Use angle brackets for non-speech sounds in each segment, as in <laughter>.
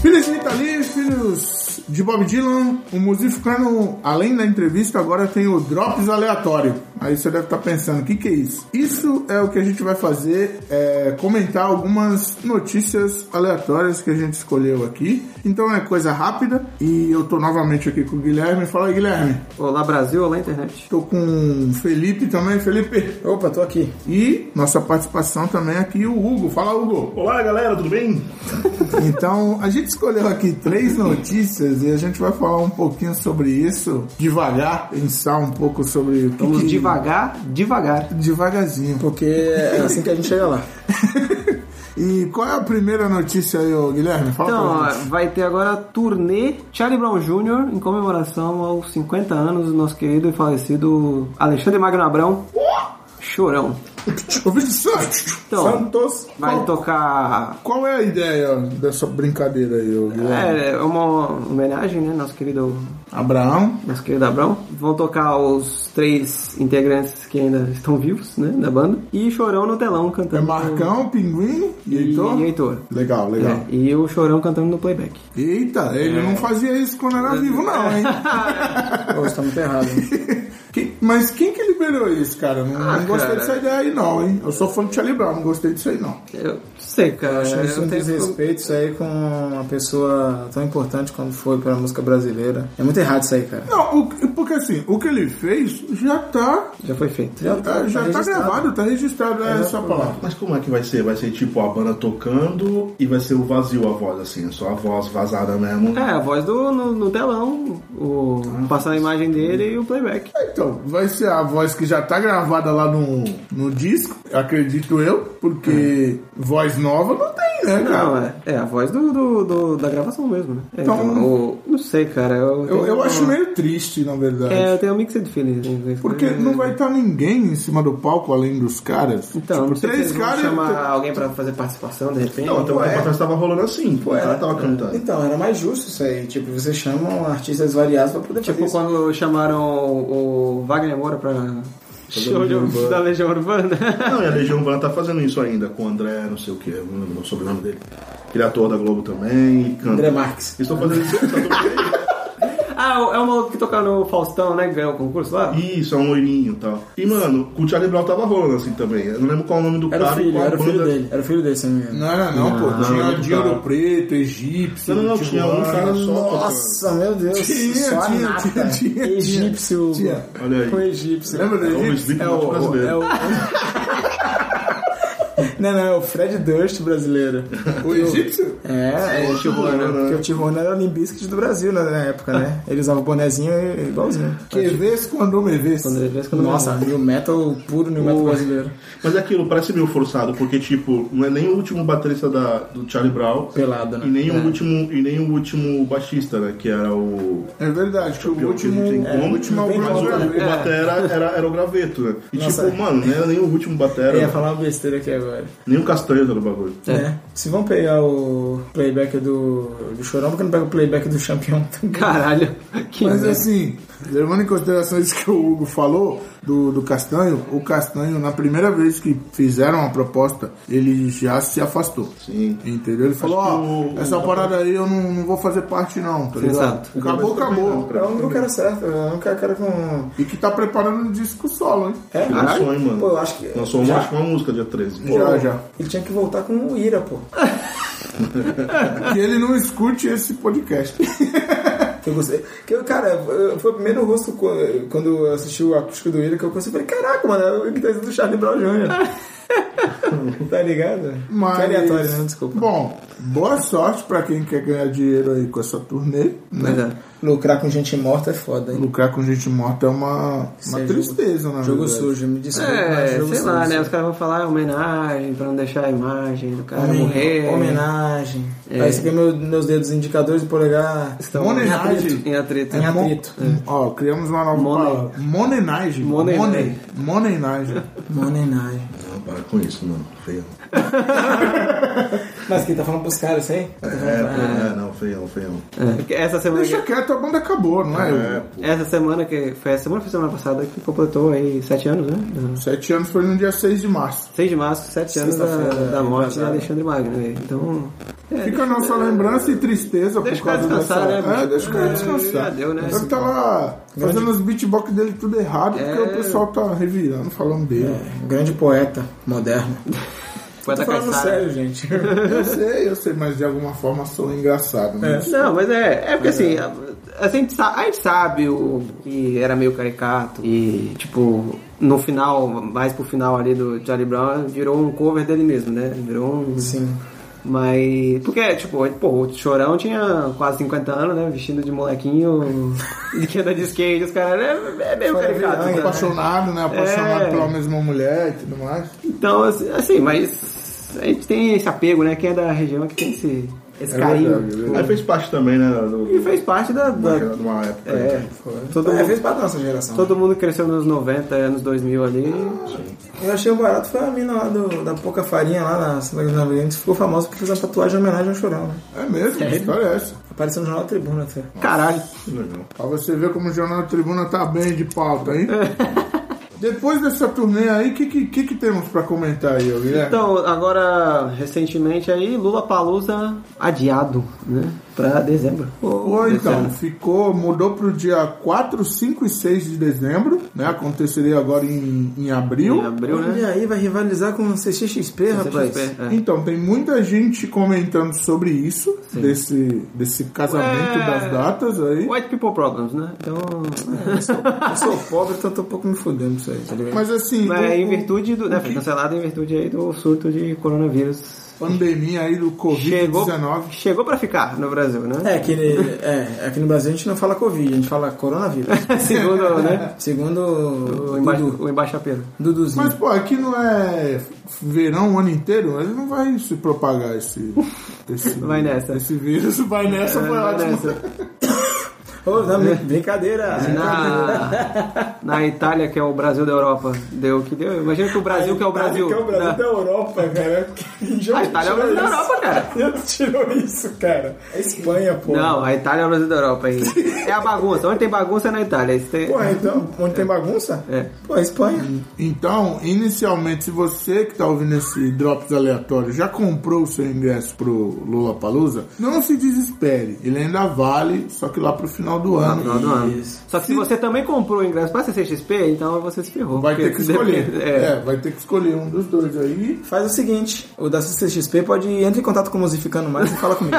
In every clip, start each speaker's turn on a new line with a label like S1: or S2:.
S1: Filhos de Rita Lee, filhos de Bob Dylan, o musificano, além da entrevista, agora tem o Drops aleatório. Aí você deve estar pensando, o que, que é isso? Isso é o que a gente vai fazer, é comentar algumas notícias aleatórias que a gente escolheu aqui. Então é coisa rápida e eu tô novamente aqui com o Guilherme. Fala aí, Guilherme.
S2: Olá Brasil, olá internet.
S1: Tô com o Felipe também, Felipe.
S3: Opa, tô aqui.
S1: E nossa participação também aqui, o Hugo. Fala, Hugo.
S4: Olá, galera, tudo bem?
S1: <laughs> Então, a gente escolheu aqui três notícias e a gente vai falar um pouquinho sobre isso devagar, pensar um pouco sobre o que,
S2: Vamos
S1: que
S2: devagar, devagar.
S1: devagarzinho.
S3: Porque é assim que a gente chega lá.
S1: E qual é a primeira notícia aí, ô, Guilherme? Fala
S2: Então,
S1: pra
S2: ó,
S1: gente.
S2: vai ter agora a turnê Charlie Brown Jr. em comemoração aos 50 anos do nosso querido e falecido Alexandre Magno Abrão. Chorão.
S1: Ô, Vitor Santos,
S2: Então,
S1: Santos,
S2: Vai
S1: qual,
S2: tocar
S1: qual é a ideia dessa brincadeira aí, ô, Guilherme?
S2: É, é uma homenagem, né? Nosso querido,
S1: Abraão,
S2: nosso querido Abrão. Vão tocar os três integrantes que ainda estão vivos, né? Da banda. E Chorão no telão
S1: é
S2: cantando.
S1: Marcão, Pinguim e Heitor?
S2: E Heitor.
S1: Legal, legal.
S2: É, e o Chorão cantando no playback.
S1: Eita,
S2: É.
S1: ele não fazia isso quando era vivo, não,
S2: <laughs>
S1: hein?
S3: Pô, você tá muito errado. hein?
S1: Quem- mas quem que liberou isso, cara? Não, não gostei
S2: Ah, cara.
S1: dessa ideia aí, não, hein? Eu sou fã de Charlie Brown, não gostei disso aí, não.
S2: Eu não sei, cara.
S3: Acho isso
S2: eu
S3: um
S2: tenho-
S3: desrespeito isso aí com uma pessoa tão importante quanto foi pra música brasileira. É muito errado isso aí, cara.
S1: Não, o que- porque assim, o que ele fez já tá,
S2: Já foi feito.
S3: Já
S1: tá- já tá,
S3: registrado.
S1: gravado, tá registrado né, essa palavra.
S4: Mas como é que vai ser? Vai ser tipo a banda tocando e vai ser o vazio a voz, assim, só a voz vazada mesmo.
S2: É, a voz do no, no telão, o, um passando a imagem dele e o playback.
S1: Então, vai ser a voz que já tá gravada lá no, no disco, acredito eu, porque voz nova não tem, né, cara?
S2: É. Não, é, é a voz do, do- do- da gravação mesmo, né? É,
S1: Então-
S2: o- não sei, cara.
S1: Eu,
S2: Eu,
S1: eu
S2: tenho- um-
S1: acho meio triste, na verdade.
S2: É, eu tenho um mixed feelings. né?
S1: Porque não vai estar ninguém em cima do palco além dos caras.
S2: Então, não
S1: tipo,
S2: sei se
S1: três
S2: eles vão
S1: caras.
S2: chamar alguém pra fazer participação, de repente. tipo,
S4: Não, então
S3: Ué.
S4: a festa tava rolando assim, pô, ela tava cantando.
S3: Então, era mais justo isso aí. Tipo, você chama artistas variados pra poder fazer
S2: Tipo
S3: isso.
S2: quando chamaram o Wagner Moura pra show de- da Legião Urbana. <laughs>
S4: Não, e a Legião Urbana tá fazendo isso ainda com o André, não sei o que, não lembro o sobrenome dele. Ele é ator da Globo também, e canta.
S3: André Marques.
S4: Eles estão fazendo isso, tá tudo
S2: ah, é o maluco que tocava no Faustão, né? Que ganhou o concurso lá.
S4: bem. Isso, é um loirinho e tal. E, mano, com o Charlie Brown tava rolando assim também. Eu não lembro qual o nome do
S3: Era o
S4: cara e
S3: filho,
S4: qual a
S3: era o filho
S4: banda.
S3: dele. Era o filho dele, se não me engano.
S1: Não era não, pô. Tinha de ouro preto, egípcio.
S4: Não, não, não,
S1: tipo,
S4: tinha um cara só tocando.
S3: ah, Nossa, meu Deus.
S1: Tinha,
S3: só a
S1: tinha,
S3: nata.
S1: tinha, tinha, tinha.
S3: egípcio.
S1: Tinha.
S4: Olha aí.
S3: Com egípcio.
S1: Lembra
S4: É o
S1: dele?
S4: Slipknot brasileiro.
S3: É o... <laughs> não, não, é o Fred Durst brasileiro.
S1: O egípcio?
S3: É, é o Tijuana. Porque o Tijuana era o Limbiskit do Brasil na, na época, né? Ele usava o bonezinho e- igualzinho.
S1: Que vez quando me vês.
S2: Às vezes quando-
S3: Nossa, New Metal puro, New Metal brasileiro.
S4: Mas é aquilo, parece meio forçado, porque, tipo, não é nem o último baterista da, do Charlie Brown.
S3: Pelado, né?
S4: E nem,
S3: É.
S4: o último, e nem o último baixista, né? Que era o.
S1: É verdade, que o
S4: Pior que a
S1: último.
S4: gente tem
S1: O
S4: como,
S1: último é o
S3: tem
S1: Bruno
S4: Mas o,
S3: como,
S1: Gaveta.
S4: o Batera era, era o graveto, né? E
S3: Nossa.
S4: tipo, mano, não era nem o último Batera,
S3: Eu ia falar uma besteira aqui agora.
S4: nem o Castanho era o bagulho.
S3: né? Se vão pegar o playback do, do Chorão, porque não pega o playback do campeão.
S2: Caralho. Que
S1: Mas
S2: merda.
S1: assim, levando em consideração isso que o Hugo falou do, do Castanho, o Castanho, na primeira vez que fizeram a proposta, ele já se afastou.
S4: Sim.
S1: Entendeu? Ele falou, ó,
S4: que o-
S1: essa parada aí eu não, não vou fazer parte não, tá ligado?
S2: Exato.
S1: Acabou, acabou.
S3: É o único cara certo, é o único cara com.
S1: E que tá preparando um disco solo, hein?
S3: É,
S4: Lançou, hein, mano?
S3: Pô, eu acho que.
S4: Lançou uma,
S3: já,
S4: acho que uma música dia 13.
S1: Já, já.
S3: Ele tinha que voltar com o Ira, pô.
S1: Que ele não escute esse podcast.
S3: Que eu gostei. Que eu, cara, eu- foi o primeiro rosto co- quando eu assisti o acústico do Ira que eu consegui. Falei, caraca, mano, é o guitarrista do Charlie Brown Jr. <laughs> tá ligado?
S1: Mas...
S3: Que aleatório, né? Desculpa.
S1: Bom, boa sorte pra quem quer ganhar dinheiro aí com essa turnê, né?
S2: Mas é.
S3: Lucrar com gente morta é foda, hein?
S1: Lucrar com gente morta é uma, uma
S3: é
S1: tristeza, né?
S3: Jogo sujo, me desculpa. mas
S2: É,
S3: jogo
S2: sei lá,
S3: sujo.
S2: né? Os caras vão falar homenagem pra não deixar a imagem do cara
S3: Homem-
S2: morrer.
S3: Homenagem.
S2: É.
S3: Aí você vê meu- meus dedos indicadores e polegar.
S2: Estão
S1: Homenagem.
S2: em atrito.
S3: Em
S1: Mon-
S3: atrito.
S1: Ó, criamos uma nova
S2: Money.
S1: palavra. Monenagem.
S2: Monenagem.
S1: Money. Monenagem.
S3: Homenagem.
S4: Não, para com isso, mano. feião.
S3: Mas quem tá falando pros caras, hein?
S4: É, pô, é, não, feião, feião.
S2: É. Essa semana
S1: Deixa quieto, a banda acabou, não é?
S4: É, pô.
S2: Essa semana que foi a semana, foi semana passada que completou aí sete anos, né? Da-
S1: Sete anos foi no dia 6 de março.
S2: 6 de março, sete anos da,
S3: Sexta-feira,
S2: da
S3: é,
S2: morte de
S3: é.
S2: Alexandre Magno. né? Então. é,
S1: Fica a nossa lembrança e tristeza
S2: Deixa
S1: por
S2: o cara
S1: causa
S2: descansar,
S1: dessa.
S2: né?
S1: É, deixa o cara
S2: É,
S1: descansar.
S2: já deu, né?
S1: Deve estar tá lá fazendo os beatbox dele tudo errado,
S2: É.
S1: porque o pessoal tá revirando, falando dele.
S3: Um grande poeta moderno.
S2: foi da
S3: Tô falando
S2: caçada.
S3: sério, gente.
S1: Eu sei, eu sei, mas de alguma forma sou engraçado. Né?
S2: Não, mas é, é porque assim, a, a gente sa- a gente sabe o que era meio caricato e tipo, no final, mais pro final ali do Charlie Brown, virou um cover dele mesmo, né? Virou um
S3: <laughs> Sim.
S2: Mas. Porque, tipo, pô, o Chorão tinha quase 50 anos, né? Vestido de molequinho, <laughs> que anda de skate, os caras. É, é meio
S3: Fora
S2: caricato.
S3: virando,
S2: né?
S1: Apaixonado, né? Apaixonado
S2: É.
S1: pela mesma mulher e tudo mais.
S2: Então, assim, assim, mas. A gente tem esse apego, né? Quem é da região é que tem esse, esse
S1: É
S2: carinho.
S1: verdade, é
S4: Aí fez parte também, né? Do,
S2: E fez parte da.
S4: de uma-
S2: da-
S4: de uma época.
S2: é, todo,
S3: é,
S2: mundo,
S3: fez parte da nossa geração.
S2: todo mundo cresceu nos 90, anos 2000 ali.
S3: Eu achei barato foi a mina lá do, da Pouca Farinha, lá na Santa Cruz da Avenida, que ficou famosa por fazer uma tatuagem em homenagem ao Chorão, né?
S1: É mesmo, a história é essa.
S3: Apareceu no Jornal da Tribuna né, até.
S2: Caralho.
S4: é Legal.
S1: Pra você ver como o Jornal da Tribuna tá bem de pauta,
S2: <laughs>
S1: hein? Depois dessa turnê aí, o que, que, que, que temos pra comentar aí, ô Guilherme?
S2: Então, agora, recentemente aí, Lula Palusa adiado, né? Pra dezembro.
S1: Ou então, ficou, mudou pro dia 4, 5 e 6 de dezembro, né? Aconteceria agora em, em abril.
S2: Em abril, né?
S3: E aí vai rivalizar com o CXXP, rapaz.
S2: CXP, é.
S1: Então, tem muita gente comentando sobre isso, desse, desse casamento
S2: Ué.
S1: das datas aí.
S2: White people problems, né? Então,
S3: Eu sou pobre, então tô um pouco me fudendo com isso aí, tá ligado?
S1: Mas assim,
S2: é,
S1: o-
S2: em
S1: o-
S2: virtude do, né, foi cancelado em virtude aí do surto de coronavírus.
S1: pandemia aí do
S2: Chegou,
S1: Covid-19.
S2: chegou para ficar no Brasil, né?
S3: É, aqui, é, aqui no Brasil a gente não fala Covid, a gente fala coronavírus.
S1: É.
S2: <laughs> Segundo,
S1: <laughs>
S2: né?
S3: Segundo
S2: O,
S3: o
S2: emba
S3: Dudu,
S2: o embaixapeiro.
S3: Duduzinho.
S1: Mas, pô, aqui não é verão o ano inteiro, ele não vai se propagar
S2: <laughs>
S1: esse. esse
S2: Vai nessa. É,
S1: Esse vírus vai nessa, foi
S2: Vai
S1: ótimo.
S2: nessa.
S3: Ô, não, brincadeira.
S2: Na, na Itália, que é o Brasil da Europa, deu o que deu. Imagina que o Brasil, que é o Brasil.
S3: Que é o Brasil
S2: né?
S3: da Europa,
S2: <laughs>
S3: cara. De
S2: A
S3: onde
S2: Itália é o
S3: tirou
S2: Brasil da
S3: isso?
S2: Europa, cara.
S3: <laughs> De onde tirou isso, cara? É Espanha, pô.
S2: Não, a Itália é o Brasil da Europa aí. É a bagunça. Onde tem bagunça é na Itália. Isso tem-
S3: Pô, então, onde tem bagunça?
S2: É.
S3: Pô, é Espanha.
S1: Então, inicialmente, se você que tá ouvindo esse Drops aleatório já comprou o seu ingresso pro Lula Palusa, não se desespere. Ele ainda vale, só que lá pro final do ano.
S2: Final do ano.
S3: Isso.
S2: Só que se você também comprou o ingresso pra CCXP, então você se ferrou.
S1: Vai
S2: porque
S1: ter que escolher.
S2: depende-
S1: É.
S2: é.
S1: vai ter que escolher um dos dois aí.
S3: Faz o seguinte, o da CCXP pode entrar em contato com o Musificando Mais e
S2: <laughs>
S3: fala comigo.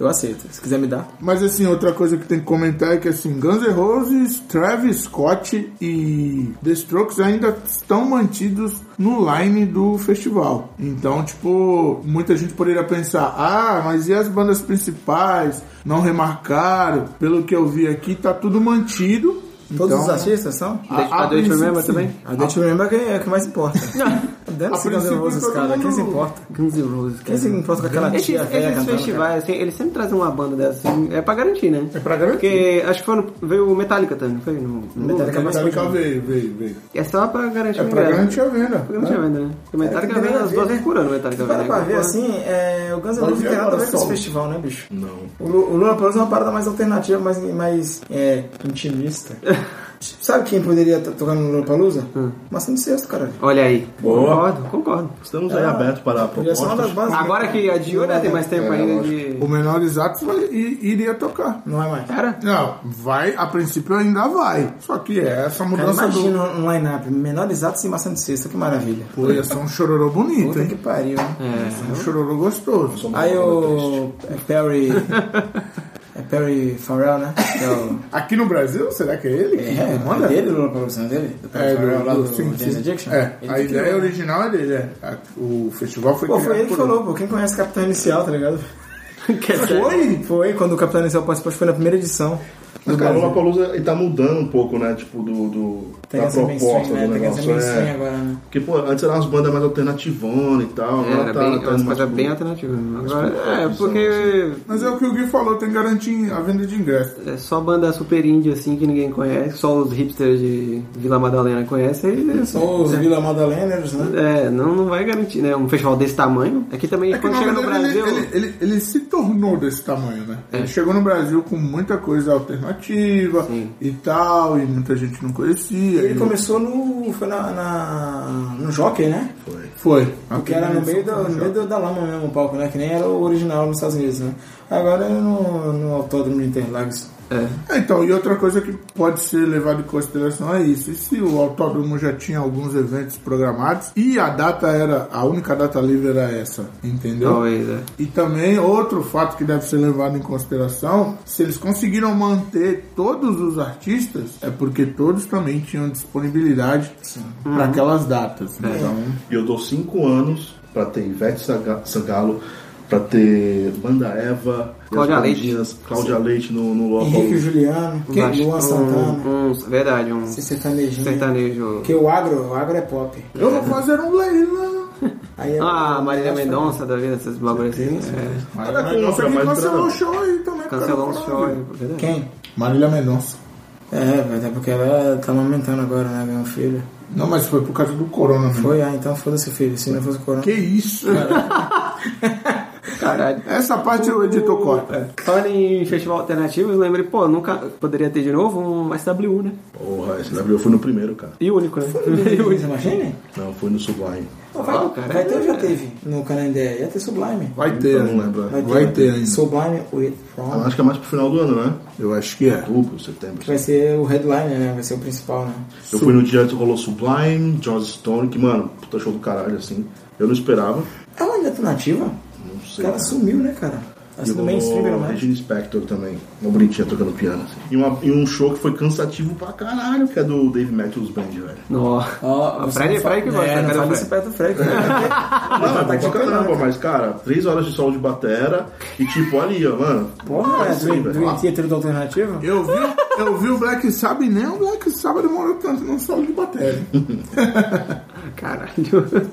S3: Eu aceito, se quiser me dar.
S1: Mas assim, outra coisa que tem que comentar é que assim, Guns N' Roses, Travis Scott e The Strokes ainda estão mantidos no line do festival. Então, tipo, muita gente poderia pensar: "Ah, mas e as bandas principais? Não remarcaram? Pelo que eu vi aqui, tá tudo mantido."
S3: Todos
S1: Então,
S2: né?
S3: os artistas né? são?
S1: a-
S2: Deixa pra
S1: a
S2: Don't
S1: princípio,
S2: Remember
S1: sim.
S2: também?
S3: A gente lembra que é o que mais importa. Dando-se
S1: A
S3: Guns N'
S1: princípio,
S3: Roses,
S1: todo
S3: cara. Quem se
S1: mundo-
S3: importa?
S2: Guns N' Roses,
S3: Quem
S2: cara.
S3: se importa com aquela
S2: Esses,
S3: tia velha
S2: esses
S3: cantando? cara?
S2: festivais, assim, eles sempre trazem uma banda dessa, assim, é pra garantir, né? É
S1: pra garantir.
S2: Porque acho que foi no- veio o Metallica também, não foi? No, no
S3: Metallica,
S2: também?
S1: Metallica veio, veio, veio.
S2: É só pra garantir
S1: É
S2: o
S1: pra
S2: ingresso.
S1: garantir a venda.
S2: Pra garantir a venda, né? Porque o Metallica
S3: tem
S2: vende
S3: nada a
S2: as
S3: ver,
S2: duas
S3: né?
S2: vezes por ano, o Metallica
S3: Para
S2: vende.
S3: pra ver,
S2: Porra.
S3: assim, é, o Guns N'
S1: Vai
S3: Roses não
S1: ver
S3: tem nada a
S1: agora
S3: ver com esse
S1: solo.
S3: festival, né, bicho?
S4: Não.
S3: O Lu- o Lula Palusa é uma parada mais alternativa, mais, mais é, intimista. Sabe quem poderia estar tocando no Lula Palusa? Marcelo Sexto, cara.
S2: Olha aí.
S4: Boa.
S2: Concordo, concordo.
S4: Estamos aí abertos para
S3: Podia ser é uma das
S4: propostas.
S3: bandas.
S2: Agora que adiou, né? Tem mais tempo
S4: É,
S2: ainda
S4: lógico.
S2: de.
S1: O menor exato vai- i- iria tocar.
S3: Não é mais.
S2: Era?
S1: Não, vai, a princípio ainda vai. Só que é essa
S3: Cara,
S1: mudança do.
S3: imagina um line-up. Menor exato sem Marcelo Sexto, que maravilha.
S1: Pô, ia ser um chororô bonito,
S3: Puta que
S1: hein?
S3: pariu.
S1: Um chororô gostoso.
S3: Aí o é Perry... É Perry Farrell, né? Que é o...
S1: Aqui no Brasil, será que é ele? que
S3: É,
S1: comanda?
S3: é dele, Lula Palusa, não é dele? Do Perry
S1: É,
S3: Farrell, lá
S1: do,
S3: do
S1: do, sim,
S3: James
S1: sim.
S3: Addiction?
S1: É,
S3: Ele
S1: a
S3: que
S1: ideia
S3: criou.
S1: original é dele, é. A- o festival foi
S3: Pô,
S1: criado
S3: foi ele que
S1: por
S3: falou, pô. Quem conhece <laughs> Capitão Inicial, tá ligado?
S2: Que sério.
S1: Foi?
S3: é. Foi quando o Capitão Inicial participou, acho que foi na primeira edição.
S4: Mas cara, o Lollapalooza ele tá mudando um pouco, né? Tipo, do, do-
S3: Tem
S4: da
S3: essa
S4: proposta
S3: mainstream,
S4: do
S3: né? Tem essa
S4: negócio.
S3: mainstream
S4: é.
S3: agora, né?
S4: Porque, pô, antes eram umas bandas mais alternativona e tal.
S2: É,
S4: agora
S2: era
S4: tá,
S2: bem,
S4: tá
S2: umas
S4: mais um
S2: coisas
S4: pro-
S2: bem alternativas. Agora,
S4: pro
S2: é,
S4: popzão,
S2: porque
S1: Mas é o que o Gui falou, tem garantia a venda de ingresso.
S4: um.
S2: é só banda super indie assim que ninguém conhece, só os hipsters de Vila Madalena conhecem. E,
S3: São os Vila Madaleners, né?
S2: é, não, não vai garantir, né? Um festival desse tamanho. Aqui também,
S1: É que
S2: quando
S1: na
S2: chega no
S1: verdade ele,
S2: Brasil.
S1: ele, ele, ele se tornou desse tamanho, né?
S3: É.
S1: Ele chegou no Brasil com muita coisa alternativa e tal, e muita gente não
S3: E
S1: conhecia.
S3: ele
S1: e-
S3: começou no. Foi na, na- no Jockey, né?
S4: Foi.
S1: Foi.
S3: Porque era no meio, da, no meio da- da lama mesmo o palco, né? Que nem era o original nos Estados Unidos, né? Agora é no, no Autódromo de Interlagos.
S2: é,
S1: É, Então, e outra coisa que pode ser levada em consideração é isso. E se o autódromo já tinha alguns eventos programados e a data era, a única data livre era essa, entendeu?
S2: talvez, é.
S1: E também outro fato que deve ser levado em consideração, se eles conseguiram manter todos os artistas, é porque todos também tinham disponibilidade para
S2: Uhum.
S1: aquelas datas.
S2: É.
S1: Então,
S4: E eu dou cinco anos pra ter Ivete Saga- Sangalo, pra ter Banda Eva,
S2: Cláudia
S4: as
S2: Leite.
S4: Bandinhas, Cláudia Leite no, no
S3: Henrique
S4: Lollapalooza.
S3: Juliano, que,
S2: Mas
S3: Luan Santana,
S2: um, um, verdade, um
S3: esse sertanejinho.
S2: sertanejo.
S3: Porque o agro, o agro é pop.
S1: eu vou fazer um leilão.
S3: Aí é-
S2: Ah, Marília Mendonça da vida, esses bagulho assim. É,
S1: Mas
S4: Olha como
S1: Mendonça
S4: pra
S1: que
S4: mais
S1: cancelou
S4: bravo.
S1: o show aí também. por causa
S2: cancelou
S1: do
S2: um show.
S1: coronavírus.
S2: é verdade.
S3: Quem?
S1: Marília Mendonça.
S3: É, velho, é porque ela tá amamentando agora, né? Ganhou um filho.
S1: Não, mas foi por causa do corona. né?
S3: Foi, ah, então foda-se o filho, se não fosse o corona.
S1: Que isso?
S2: Caralho.
S1: Essa parte o editor corta.
S2: Falando em festival alternativo, eu lembrei, pô, nunca poderia ter de novo um SW, né?
S4: Porra, esse W eu fui no primeiro, cara.
S2: E único, né? <laughs> E
S3: Você
S2: único.
S3: imagina?
S4: Não, foi no Sublime.
S3: Não, vai,
S2: Ah, cara,
S3: vai ter ou já
S2: é.
S3: teve no Canandé? Ia ter Sublime.
S1: Vai
S4: Eu
S1: ter. né?
S4: não lembro.
S1: Vai ter,
S3: vai
S1: ainda.
S3: Sublime with
S4: Eu
S3: From.
S4: acho que é mais pro final do ano, né?
S1: Eu acho que é.
S4: Outubro, setembro. assim.
S3: Vai ser o headliner, né? Vai ser o principal, né?
S4: Eu fui no dia que rolou Sublime, George Stone, que, mano, puta show do caralho, assim. Eu não esperava.
S3: Ela ainda tá nativa?
S4: Não
S3: O
S4: sei.
S3: cara sumiu, né, cara?
S4: E
S3: Assim, no mainstream,
S4: rolou
S3: né?
S4: Regina Spector também, uma bonitinha tocando piano. assim. E, uma- e um show que foi cansativo pra caralho, que é do Dave Matthews Band,
S3: <laughs>
S4: velho.
S2: Nó.
S3: Ó,
S2: A
S3: você
S2: Fred,
S3: não fala-
S2: Fred que gosta,
S3: É, não
S2: cara,
S3: fala
S2: Fred.
S3: isso perto do Fred. cara.
S4: Não, é bom pra
S3: Atacando,
S4: caramba,
S3: né?
S4: mas, cara, três horas de solo de batera e, tipo, ali, ó, mano.
S3: Porra, é,
S4: assim,
S3: do,
S4: velho.
S3: do Theater do Alternativo?
S1: Eu vi, eu vi o Black Sabbath e nem o Black Sabbath demorou tanto no solo de bateria.
S2: Caralho.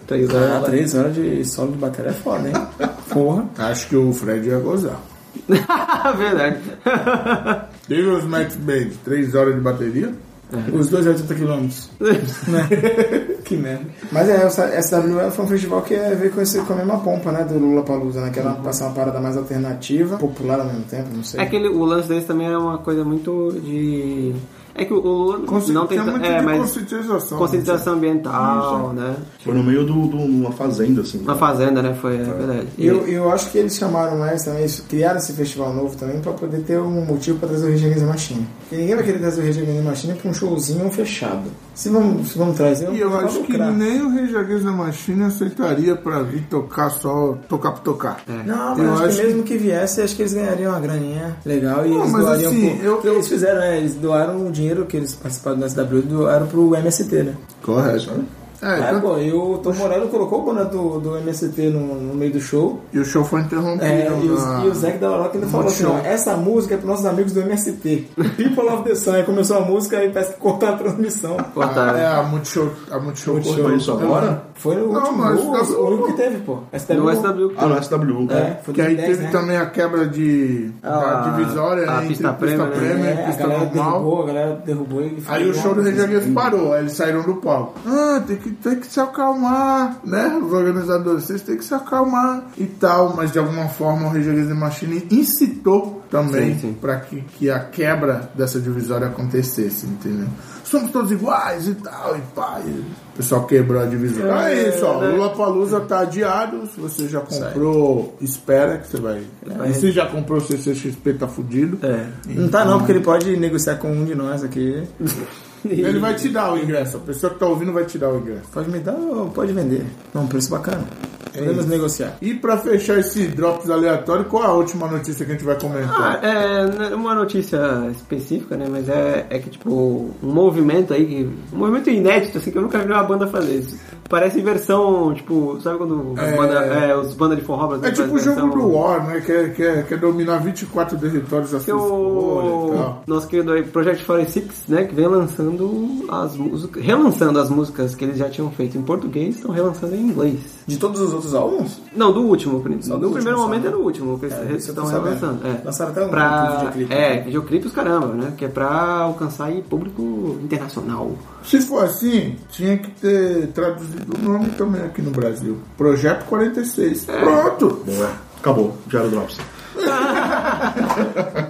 S2: Três
S3: Ah,
S2: horas.
S3: três horas de solo de bateria é foda, hein? Porra.
S1: Acho que o Fred ia gozar.
S2: Ah, <laughs> verdade.
S1: Devil's Max Band, 3 horas de bateria.
S3: Os dois é 80 <laughs> quilômetros. Né? que merda. Mas é, o SW foi um festival que é- veio com, esse, com a mesma pompa, né? Do Lula Palusa, né? Que era passar uma parada mais alternativa, popular ao mesmo tempo, não sei.
S2: É que ele- o lance desse também era uma coisa muito de. É que o Lula não tem.
S1: Tinha muito
S2: É,
S1: de
S2: mas.
S1: conscientização.
S2: Conscientização ambiental, né?
S4: Foi no meio de uma fazenda, assim.
S2: Uma fazenda, né? Foi, é verdade.
S3: E eu, eu acho que eles chamaram mais também, eles criaram esse festival novo também pra poder ter um motivo pra trazer o Rage Against the Machine. Porque ninguém vai querer trazer o Rage Against the Machine pra um showzinho fechado. Se vamos, se vamos trazer,
S1: E eu
S3: vamos
S1: acho que
S3: lucrar.
S1: nem o Rage Against the Machine aceitaria pra vir tocar só tocar pra tocar.
S3: Não,
S1: Eu
S3: mas É. acho
S1: acho
S3: que mesmo que viesse, acho que eles ganhariam uma graninha legal e
S1: Não,
S3: eles
S1: mas
S3: doariam
S1: assim,
S3: pro...
S1: eu-
S3: porque Eles fizeram, né? Eles doaram o dinheiro que eles participaram do SW, doaram pro MST, né?
S1: Correto. É,
S3: É,
S1: então-
S3: pô, e o Tom Morello colocou o boné do, do MST no, no meio do show.
S1: e o show foi interrompido.
S3: É, e,
S1: na-
S3: o, e o Zac da Oroca ele falou assim: ó, essa música é pros nossos amigos do
S1: <laughs>
S3: MST. People of the Sun. Aí começou a música e parece que cortou a transmissão.
S2: Cortaram.
S1: a, é, a Multishow. A Multishow
S3: Multishow.
S1: cortou.
S4: Foi isso agora?
S3: Foi no
S1: Não,
S3: último,
S1: mas
S3: o-
S1: tá-
S3: o único que teve, pô. SW.
S2: No SW.
S4: Ah, no SW.
S3: É, foi
S1: Que aí
S3: 2010,
S1: teve
S3: né?
S1: também a quebra de
S2: Ah,
S1: da divisória
S2: a
S1: entre
S2: pista
S1: pista
S2: prêmio,
S1: prêmio,
S2: né?
S1: e
S3: É, a
S1: pista
S3: galera
S1: normal.
S3: derrubou, a galera derrubou e
S1: Aí o show do Rage Against parou, aí eles saíram do palco. Ah, tem que, tem que se acalmar, né? Os organizadores, vocês têm que se acalmar e tal. Mas de alguma forma o Rage Against the Machine incitou também
S2: Sim, sim.
S1: para que, que a quebra dessa divisória acontecesse, entendeu? Somos todos iguais e tal, e pá. e o pessoal quebrou a divisória. É, isso, ó. O Lollapalooza tá adiado. Se você já comprou, espera que você vai... E se já comprou o CCXP, tá fudido.
S2: É.
S3: Não tá não, porque ele pode negociar com um de nós aqui.
S1: Ele vai te dar o ingresso. A pessoa que tá ouvindo vai te dar o ingresso.
S3: Pode me dar ou pode vender. Não, um preço bacana. Podemos negociar.
S1: E pra fechar esses drops aleatórios, qual é a última notícia que a gente vai
S2: Ah,
S1: comentar?
S2: é não é uma notícia específica, né? Mas é, é que, tipo, um movimento aí, que, um movimento inédito, assim, que eu nunca vi uma banda fazer isso. Parece versão, tipo, sabe quando as
S1: É.
S2: banda, é, os bandas de forró
S1: é
S2: brasileiros
S1: tipo o
S2: fazem
S1: jogo
S2: versão-
S1: do War, né? Quer, quer, quer dominar 24 territórios a
S2: então- que
S1: sua escolha e
S2: o
S1: tal.
S2: nosso querido aí, Project 46, né, que vem lançando as músicas, relançando as músicas que eles já tinham feito em português, estão relançando em inglês.
S3: De todos os outros álbuns?
S2: Não, do último. No
S3: Só do
S2: primeiro
S3: último,
S2: momento
S3: só.
S2: era o último, que eles
S3: É, isso eu tô
S2: estão
S3: sabendo.
S2: relançando. É.
S3: Lançaram até um
S2: pra,
S3: videoclipe.
S2: É, videoclipe os caramba, né, que é pra alcançar aí público internacional.
S1: Se for assim, tinha que ter traduzido o nome também aqui no Brasil. Projeto 46.
S2: É.
S1: Pronto!
S4: Boa. É. Acabou. Diário Drops.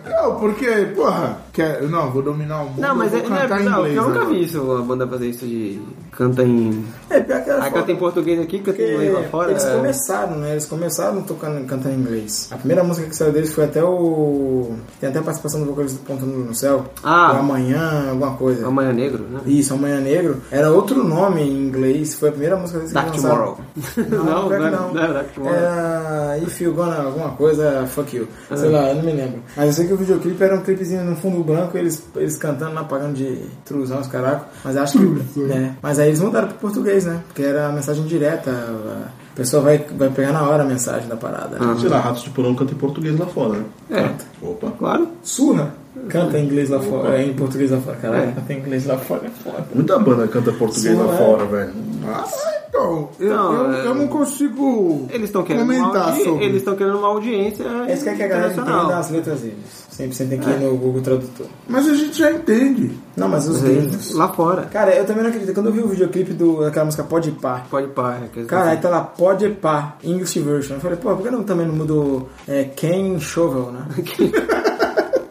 S1: Não, porque, porra, quer, não, vou dominar o mundo,
S2: Não, mas
S1: eu
S2: é,
S1: vou
S2: não, é
S1: cantar em
S2: bizarro, porque
S1: inglês.
S2: eu nunca
S1: agora.
S2: vi isso, a banda fazer isso de canta em...
S3: É, pior que era
S2: Ah,
S3: foda,
S2: canta em português aqui, canta em inglês lá fora.
S3: Porque eles
S2: é.
S3: começaram, né? Eles começaram tocando, cantando em inglês. A primeira música que saiu deles foi até o. Tem até a participação do vocalista do Ponto no Céu.
S2: Ah.
S3: O Amanhã, alguma coisa.
S2: Amanhã Negro, né?
S3: Isso, Amanhã Negro. Era outro nome em inglês. Foi a primeira música deles que
S2: Dark
S3: eles lançaram.
S2: Tomorrow. Não, não,
S3: pior que
S2: é- não, é Dark Tomorrow.
S3: Era If You Gonna é, alguma coisa, fuck you. Sei lá, eu não me lembro. Mas eu sei que o videoclipe era um clipezinho no fundo branco, eles, eles cantando lá, pagando de truzão os caracos. Mas acho que. né? Mas aí eles mudaram pro português, né? Porque era a mensagem direta. A pessoa vai, vai pegar na hora a mensagem da parada.
S2: Ah.
S3: né?
S4: Sei lá, Ratos de Porão canta em português lá fora, né?
S2: É,
S4: Opa.
S2: claro.
S3: Surra! Canta em inglês lá fora, em português lá fora, caralho.
S2: É.
S3: Canta em inglês lá fora é foda.
S4: Muita banda canta português
S3: Sim,
S4: lá
S3: é.
S4: fora, velho.
S1: Ah, então, eu,
S2: Não,
S1: eu,
S2: é-
S1: eu não consigo
S2: Eles estão querendo, uma,
S1: comentar
S2: audi-
S1: sobre.
S2: eles estão querendo uma audiência
S3: Esse que é que a galera
S2: internacional. É.
S3: entenda as letras deles. Sempre você tem que ir no Google Tradutor.
S1: Mas a gente já entende.
S3: Não, mas os
S2: Eles-
S3: deles.
S2: Lá fora.
S3: Cara, eu também não acredito. Quando eu vi o videoclipe do, daquela música Pode Par,
S2: Pode parar. que eles-
S3: cara, aí tá lá Pode Par, English version. Eu falei, pô, por que não também não mudou é, Can Shovel, né?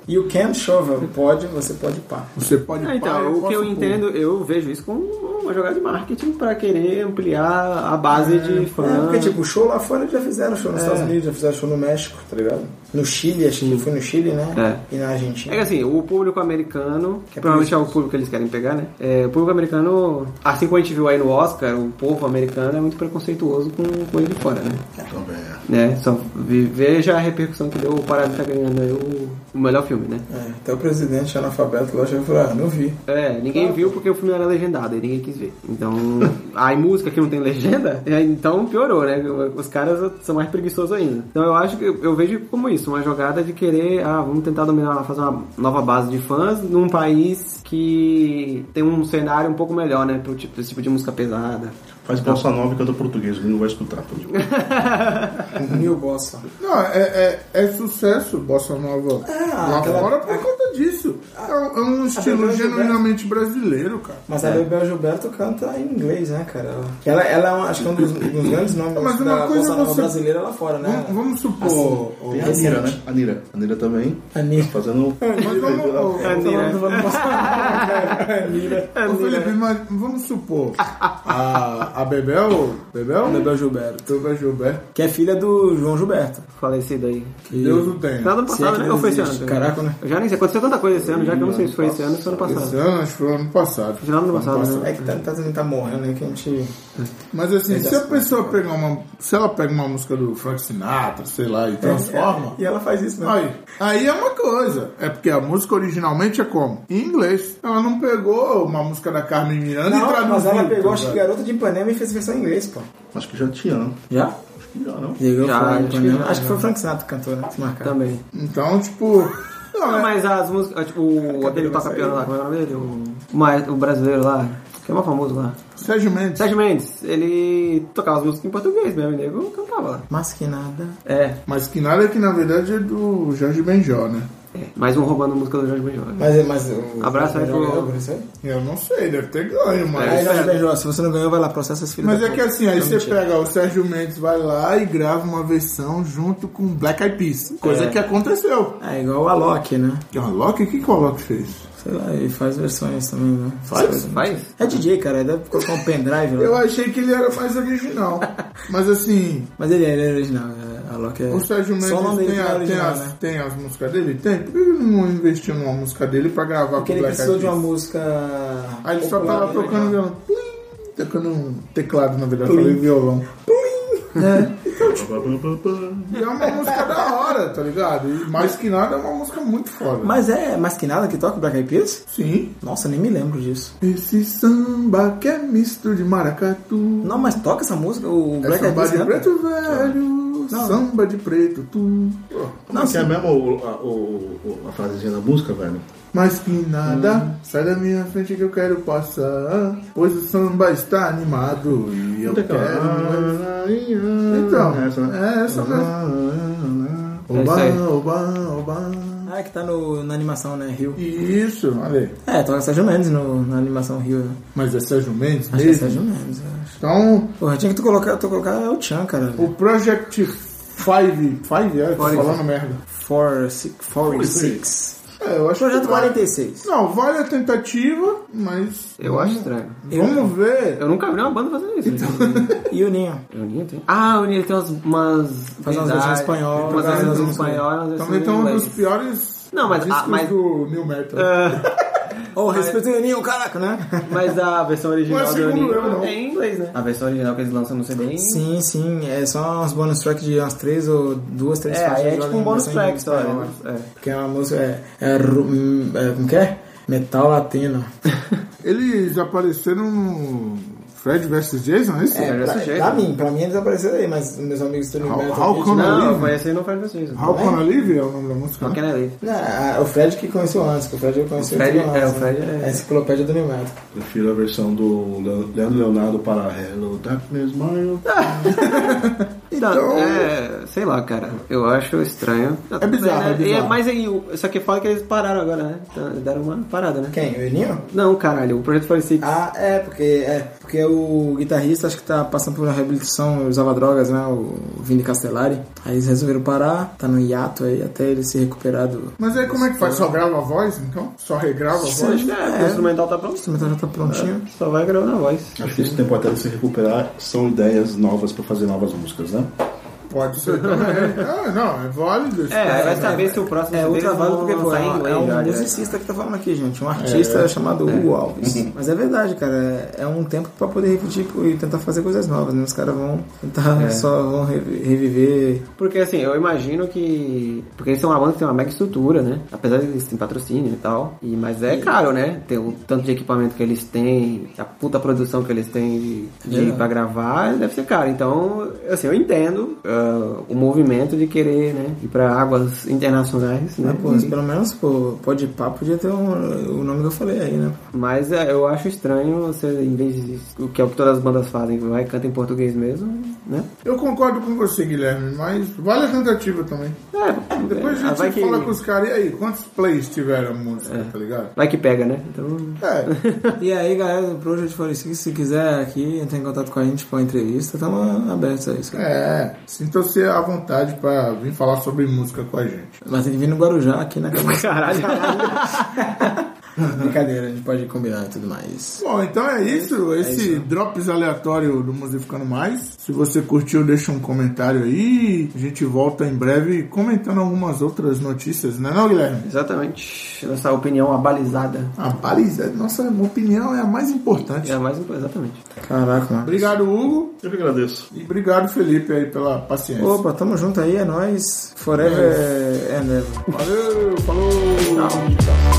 S3: e o Can Shovel, pode, você pode par.
S1: Você pode
S2: Ah,
S3: é
S1: parar,
S2: então, o que eu
S1: posso
S2: entendo, eu vejo isso como uma jogada de marketing pra querer ampliar a base de
S3: É,
S2: fãs.
S3: porque tipo, o show lá fora eles já fizeram show nos Estados Unidos, já fizeram show no México, tá ligado? No Chile, acho que foi no Chile, né? E
S2: É
S3: na
S2: que
S3: Argentina.
S2: assim, o público americano, que
S3: é
S2: provavelmente é o público que eles querem pegar, né? É, o público americano, assim como a gente viu aí no Oscar, o povo americano é muito preconceituoso com, com ele fora, né?
S4: Também é.
S2: né? Só vi- veja a repercussão que deu o Parasita ganhando aí o, o melhor filme, né?
S3: É, até o presidente analfabeto lá já falou, ah, não vi.
S2: É, ninguém viu porque o filme era legendado e ninguém quis ver. Então, <laughs> aí música que não tem legenda, <laughs> é, então piorou, né? Os caras são mais preguiçosos ainda. Então eu acho que eu vejo como isso, uma jogada de querer, ah, vamos tentar dominar, fazer uma nova base de fãs num país que tem um cenário um pouco melhor, né? Pro tipo, esse tipo de música pesada.
S4: Faz bossa nova e canta português, ele não vai escutar. pô.
S3: New Bossa.
S1: Não, é, é, é sucesso Bossa Nova
S3: Ah,
S1: lá
S3: aquela-
S1: fora por conta disso. É um, é um estilo
S3: Bebel
S1: genuinamente brasileiro, cara.
S3: Mas a Bebel Gilberto canta em inglês, né, cara? Ela, ela é, um, acho que é um dos, dos grandes nomes
S1: Mas uma
S3: da
S1: coisa
S3: bossa nova
S1: você-
S3: brasileira lá fora, né?
S1: Vamos, vamos supor. o-
S4: Tem a Anira, né? Anira. Anira também.
S3: Anira.
S4: Fazendo.
S1: mas vamos, o-
S2: É, né? <laughs>
S1: Ô, Felipe, mas vamos supor. A, a Bebel. Bebel?
S3: Bebel Gilberto.
S1: Bebel Gilberto.
S3: Que é filha do João Gilberto.
S2: Falecido aí.
S3: Que...
S1: Deus o tenha.
S2: Nada ano
S3: Se é
S2: passado,
S3: que
S2: né?
S3: não
S2: Ou foi esse
S3: existe.
S2: ano?
S3: Caraca, né?
S2: Eu já nem sei. Aconteceu tanta coisa esse ano, já que eu não sei se foi esse ano ou se foi ano
S1: Esse
S2: passado.
S1: ano, acho que foi ano passado.
S2: Já ano passado, né?
S3: É que tá, tá, tá morrendo, né? Que a gente.
S1: Mas assim, se a pessoa pegar uma. Se ela pega uma música do Frank Sinatra, sei lá,
S2: É.
S1: e transforma.
S3: E ela faz isso, né?
S1: Aí, aí é uma coisa. É porque a música originalmente é como? Em inglês. Ela não pegou uma música da Carmen Miranda e
S3: Não,
S1: traduziu.
S3: mas ela pegou,
S1: tá
S3: acho que é.
S1: ligado?
S3: garota de Ipanema e fez versão em inglês, pô.
S4: Acho que já tinha, não?
S3: Já?
S4: Acho que já, não.
S3: Chegou
S2: Já,
S3: já,
S2: acho que já,
S3: Acho que foi né? o Frank Sinatra que cantou, né? Se marcar.
S2: Também.
S1: Então, tipo. <laughs> não,
S2: Não,
S1: é-
S2: mas as músicas, tipo, o aquele toca piano lá, como é o nome dele? O, ma- o brasileiro lá, que é mais famoso lá.
S1: Sérgio Mendes.
S2: Sérgio Mendes, ele tocava as músicas em português mesmo, e nego cantava lá.
S3: Mas que nada.
S2: É,
S1: Mas que nada que na verdade é do Jorge Benjó, né?
S2: é. mais um roubando música do Jorge Benjor.
S3: Mas, mas o.
S2: Abraço aí
S3: o-
S2: pro-
S3: o- o-
S1: Eu não sei, deve ter ganho, mas. é.
S3: Aí, Jorge Benjó, se você não ganhou, vai lá, processa as filhas.
S1: Mas
S3: da
S1: é que
S3: puta.
S1: assim, aí
S3: Não,
S1: você
S3: mentira.
S1: pega o Sérgio Mendes, vai lá e grava uma versão junto com Black Eyed Peas. Coisa
S3: É.
S1: que aconteceu.
S3: É igual o Alok, né?
S1: E o Alok, o que, que o Alok fez?
S3: Sei lá, ele faz versões também, né?
S2: Faz? Faz?
S3: É DJ, cara, ele deve colocar um pendrive lá.
S1: Eu achei que ele era mais
S3: <laughs>
S1: original. mas assim,
S3: Mas ele, ele é original, é, a Loki é.
S1: o Sérgio Mendes
S3: Só o nome dele
S1: tem,
S3: que
S1: a-
S3: é
S1: tem
S3: original,
S1: as,
S3: né?
S1: tem as músicas dele? Tem. Por que ele não investiu numa música dele pra gravar com
S3: Porque ele
S1: Black
S3: precisou
S1: Eyed
S3: de uma
S1: Peas?
S3: música.
S1: Aí ele só
S3: popular,
S1: tava
S3: né?
S1: tocando violão. Plim, tocando um teclado, na verdade, eu falei violão. Plim.
S3: É.
S1: E é uma música da hora, tá ligado? E mais que nada é uma música muito foda.
S3: Mas é mais que nada que toca Black Eyed Peas?
S1: Sim.
S3: Nossa, nem me lembro disso.
S1: Esse samba que é misto de maracatu.
S3: Não, mas toca essa música, o
S1: É
S3: Black Eyed
S1: samba
S3: Peas
S1: de
S3: canta.
S1: preto velho, samba de preto tu.
S4: Não, que é mesmo o- a, o- o- a frasezinha da música, velho?
S1: Mas que nada, sai da minha frente que eu quero passar. Pois o samba está animado e eu
S4: "Ah,
S1: quero. Então,
S4: Essa, né? ah.
S1: é essa mesmo.
S2: É isso aí.
S1: Oba, oba, oba.
S3: Ah, que tá no, na animação, né? Rio.
S1: Isso, olha aí.
S3: É, toca Sérgio Mendes no, na animação Rio. né?
S1: Mas é Sérgio Mendes
S3: Acho que é
S1: mesmo?
S3: Sérgio Mendes, eu acho.
S1: Então,
S3: Porra, tinha que tu colocar, tu colocar o Chan, cara.
S1: o Project 5. 5? É, tô
S2: Five.
S1: falando merda.
S3: 46.
S1: É, eu acho
S3: Projeto
S1: que vale-
S3: 46.
S1: Não, vale a tentativa, mas.
S2: Eu acho estranho.
S1: Vamos ver.
S2: Eu nunca vi uma banda fazendo isso.
S3: E o Ninho.
S2: O Ninho tem? Ah, o Ninho tem umas. umas
S3: Faz umas versões espanholas,
S2: Umas
S3: umas
S2: versões
S3: versões-
S2: espanholas. umas
S1: Também
S2: versões
S1: tem um
S2: em
S1: dos
S2: inglês.
S1: piores
S2: Não, mas-
S1: discos
S2: ah, mas-
S1: do New Metal.
S3: Oh, respeito o Ninho, caraca, né?
S2: Mas a versão
S1: Não
S2: original
S1: é
S2: do
S1: segundo
S2: Ninho
S1: eu, não.
S2: é em inglês, né? A versão original que eles lançam no CD é em
S3: <laughs> Sim, sim. É só uns bonus tracks de umas três ou duas, três
S2: É, aí
S3: faixas
S2: é
S3: de
S2: tipo
S3: jogos
S2: um
S3: em
S2: bonus
S3: versão
S2: track só.
S3: espanhola.
S2: né? É.
S3: Porque é uma música. É, é, ru- hum, é, como que é? Metal latino.
S1: Eles apareceram no Fred vs Jason, é isso?
S3: É,
S2: desse
S3: pra,
S2: jeito.
S3: pra mim, pra mim eles apareceram aí, mas meus amigos do
S1: How-
S3: Universo. tipo,
S1: how come-
S2: Não,
S1: Livre.
S2: eu conheci no Fred Versus.
S1: How Can I Live é o nome da música. né?
S3: o Fred que conheceu antes, que o Fred eu conheci
S2: O Fred-
S3: tudo antes,
S2: é, o Fred
S3: né?
S2: é-
S3: A enciclopédia do Universo.
S4: Prefiro a versão do Le- Leandro Leonardo para Hello Darkness, Mario.
S2: Então, é, sei lá, cara. Eu acho estranho. É
S1: bizarro, é bizarro.
S2: mas aí, o- só que fala que eles pararam agora, né? Então, deram uma parada, né?
S3: Quem? O Eninho?
S2: Não, caralho, o Projeto 46.
S3: Ah, é, porque é, porque o guitarrista acho que tá passando por uma reabilitação, usava drogas, né? O Vini Castellari. Aí eles resolveram parar, tá no hiato aí até ele se recuperar do.
S1: Mas aí como é que faz? Só grava a voz, então? Só regrava a voz?
S2: Acho que é, o instrumental tá pronto.
S3: O instrumental já tá prontinho.
S2: Só vai gravar na voz.
S4: Acho que esse tempo até de se recuperar são ideias novas pra fazer novas músicas, né?
S1: Pode ser também.
S2: <laughs>
S1: ah, não, é válido.
S2: É, aí vai saber se o próximo
S3: É,
S2: deles
S3: outra vaga
S2: vão
S3: porque pô,
S2: lançar em
S3: é,
S2: inglês É.
S3: é um
S2: já, né?
S3: musicista que tá falando aqui, gente. Um artista chamado Hugo Alves.
S2: <laughs>
S3: Mas é verdade, cara. É é um tempo pra poder repetir pô, e tentar fazer coisas novas, né? Os caras vão tentar,
S2: É.
S3: só vão revi- reviver.
S2: Porque assim, eu imagino que. Porque eles são uma banda que tem uma mega estrutura, né? Apesar de eles terem patrocínio e tal. E, mas é caro, né? Tem o tanto de equipamento que eles têm, a puta produção que eles têm de, de pra gravar, deve ser caro. Então, assim, eu entendo ah, o movimento de querer, né? Ir pra águas internacionais, né?
S3: Né? Pô, mas pelo menos, pô, pode pá, podia ter um- o nome que eu falei aí, né?
S2: Mas é, eu acho estranho você, em vez de. O que é o que todas as bandas fazem, vai canta em português mesmo, né?
S1: Eu concordo com você, Guilherme, mas vale a tentativa também.
S2: É,
S1: Depois
S2: ah,
S1: a
S2: vai
S1: gente
S2: que, É.
S1: fala com os caras, e aí, quantos plays tiveram a música, tá ligado?
S2: vai que pega, né? Então.
S1: É,
S3: E aí, galera do Project 46, se quiser aqui entrar em contato com a gente pra uma entrevista, estamos abertos a isso. cara.
S1: é. Sintam-se à vontade pra vir falar sobre música com a gente.
S3: Mas tem que vir no Guarujá aqui né? <laughs> na casa.
S2: Caralho.
S3: Brincadeira, a gente pode combinar e tudo mais.
S1: Bom, então é isso. Esse Drops aleatório do Musificando Mais. Se você curtiu, deixa um comentário aí. A gente volta em breve comentando algumas outras notícias, né, não, Guilherme?
S2: <laughs> Exatamente. Nossa opinião abalizada.
S1: A Paris, nossa opinião é a mais
S2: É
S1: importante.
S2: a mais exatamente.
S3: Caraca, mano.
S1: Obrigado, Hugo.
S4: Eu que agradeço.
S1: E obrigado, Felipe, aí pela paciência.
S3: Opa, tamo junto aí, é nóis. Forever and ever.
S1: Valeu, falou. Tchau.